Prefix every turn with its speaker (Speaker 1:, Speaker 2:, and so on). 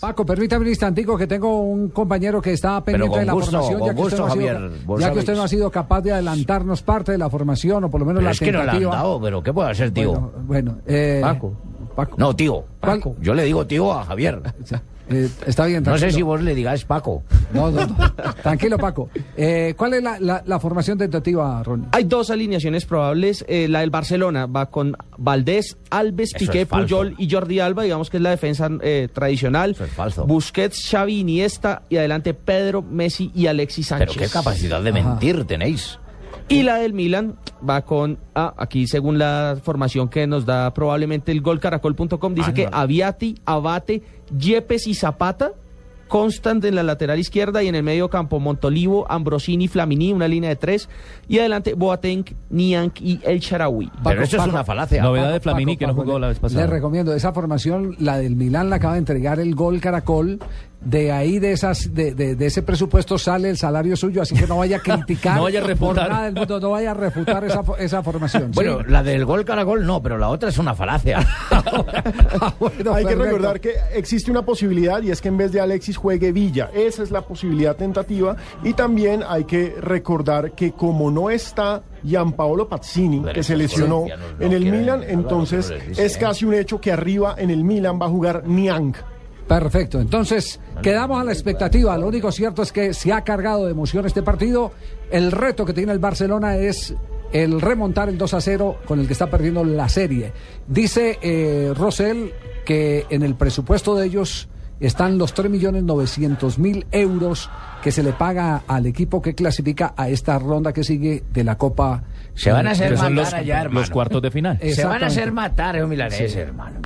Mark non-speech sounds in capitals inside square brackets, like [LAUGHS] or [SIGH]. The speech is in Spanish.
Speaker 1: Paco, permítame un instantico que tengo un compañero que está pendiente
Speaker 2: con
Speaker 1: de la
Speaker 2: gusto,
Speaker 1: formación,
Speaker 2: con
Speaker 1: ya, que usted,
Speaker 2: gusto,
Speaker 1: no ha sido,
Speaker 2: Javier.
Speaker 1: ya
Speaker 2: Vos
Speaker 1: que
Speaker 2: sabés.
Speaker 1: usted no ha sido capaz de adelantarnos parte de la formación o por lo menos
Speaker 2: Pero
Speaker 1: la
Speaker 2: es que no la
Speaker 1: tentativa.
Speaker 2: han dado, pero ¿qué puedo hacer, tío?
Speaker 1: Bueno, bueno, eh,
Speaker 2: Paco.
Speaker 1: Paco.
Speaker 2: No, tío.
Speaker 1: ¿Cuál?
Speaker 2: Paco. Yo le digo tío a Javier.
Speaker 1: Eh, está bien,
Speaker 2: No sé
Speaker 1: tranquilo.
Speaker 2: si vos le digáis Paco.
Speaker 1: No, no, no. Tranquilo, Paco. Eh, ¿Cuál es la, la- la formación tentativa, Ronnie?
Speaker 3: Hay dos alineaciones probables. eh, la del Barcelona va con Valdés, Alves,
Speaker 2: Eso es
Speaker 3: Piqué,
Speaker 2: falso.
Speaker 3: Puyol y Jordi Alba. Digamos que es la defensa eh, tradicional.
Speaker 2: Eso es falso.
Speaker 3: Busquets, Xavi, Iniesta y adelante Pedro, Messi y Alexis
Speaker 2: Pero
Speaker 3: Sánchez.
Speaker 2: qué capacidad de mentir tenéis.
Speaker 3: Y la del Milan va con, ah, aquí según la formación que nos da probablemente el golcaracol.com, dice
Speaker 2: Ah,
Speaker 3: que
Speaker 2: no.
Speaker 3: Aviati, Abate, Yepes y Zapata constan en la lateral izquierda y en el medio campo Montolivo, Ambrosini, Flamini, una línea de tres, y adelante Boateng, Niank y El Sharawi.
Speaker 2: pero eso es una falacia.
Speaker 4: Novedad de Flamini que no
Speaker 1: Paco,
Speaker 4: jugó
Speaker 1: le-
Speaker 4: la vez pasada.
Speaker 1: Le recomiendo esa formación, la del Milán la acaba de entregar el gol Caracol. De ahí, de, esas, de, de- de ese presupuesto, sale el salario suyo, así que no
Speaker 4: [LAUGHS]
Speaker 1: vaya a criticar.
Speaker 4: No vaya a
Speaker 1: por
Speaker 4: refutar.
Speaker 1: nada del mundo, no vaya a refutar esa, fo- esa formación. ¿sí?
Speaker 2: Bueno, la del gol caracol no, pero la otra es
Speaker 1: [LAUGHS]
Speaker 2: una falacia.
Speaker 1: Ah, bueno,
Speaker 5: Hay que
Speaker 1: perfecto.
Speaker 5: recordar que existe una posibilidad y es que en vez de Alexis juegue Villa. Esa es la posibilidad tentativa. Y también hay que recordar que como no está Gianpaolo Pazzini,
Speaker 2: Pero
Speaker 5: que se
Speaker 2: esos
Speaker 5: lesionó
Speaker 2: colombianos no
Speaker 5: en el
Speaker 2: quieren
Speaker 5: Milan,
Speaker 2: hablar,
Speaker 5: entonces
Speaker 2: pero les ¿eh? dicen,
Speaker 5: es casi un hecho que arriba en el Milan va a jugar Niang.
Speaker 1: Perfecto, entonces quedamos a la expectativa. Lo único cierto es que se ha cargado de emoción este partido. El reto que tiene el Barcelona es el remontar el 2 a 0 con el que está perdiendo la serie. Dice eh, Rosell que en el presupuesto de ellos están los 3.900.000 euros que se le paga al equipo que clasifica a esta ronda que sigue de la Copa.
Speaker 2: Se van a hacer
Speaker 4: Que son los,
Speaker 2: matar allá, hermano.
Speaker 4: los cuartos de final.
Speaker 1: Eh,
Speaker 2: Se van
Speaker 1: Exactamente.
Speaker 2: a hacer matar, eh, milaneses, hermano.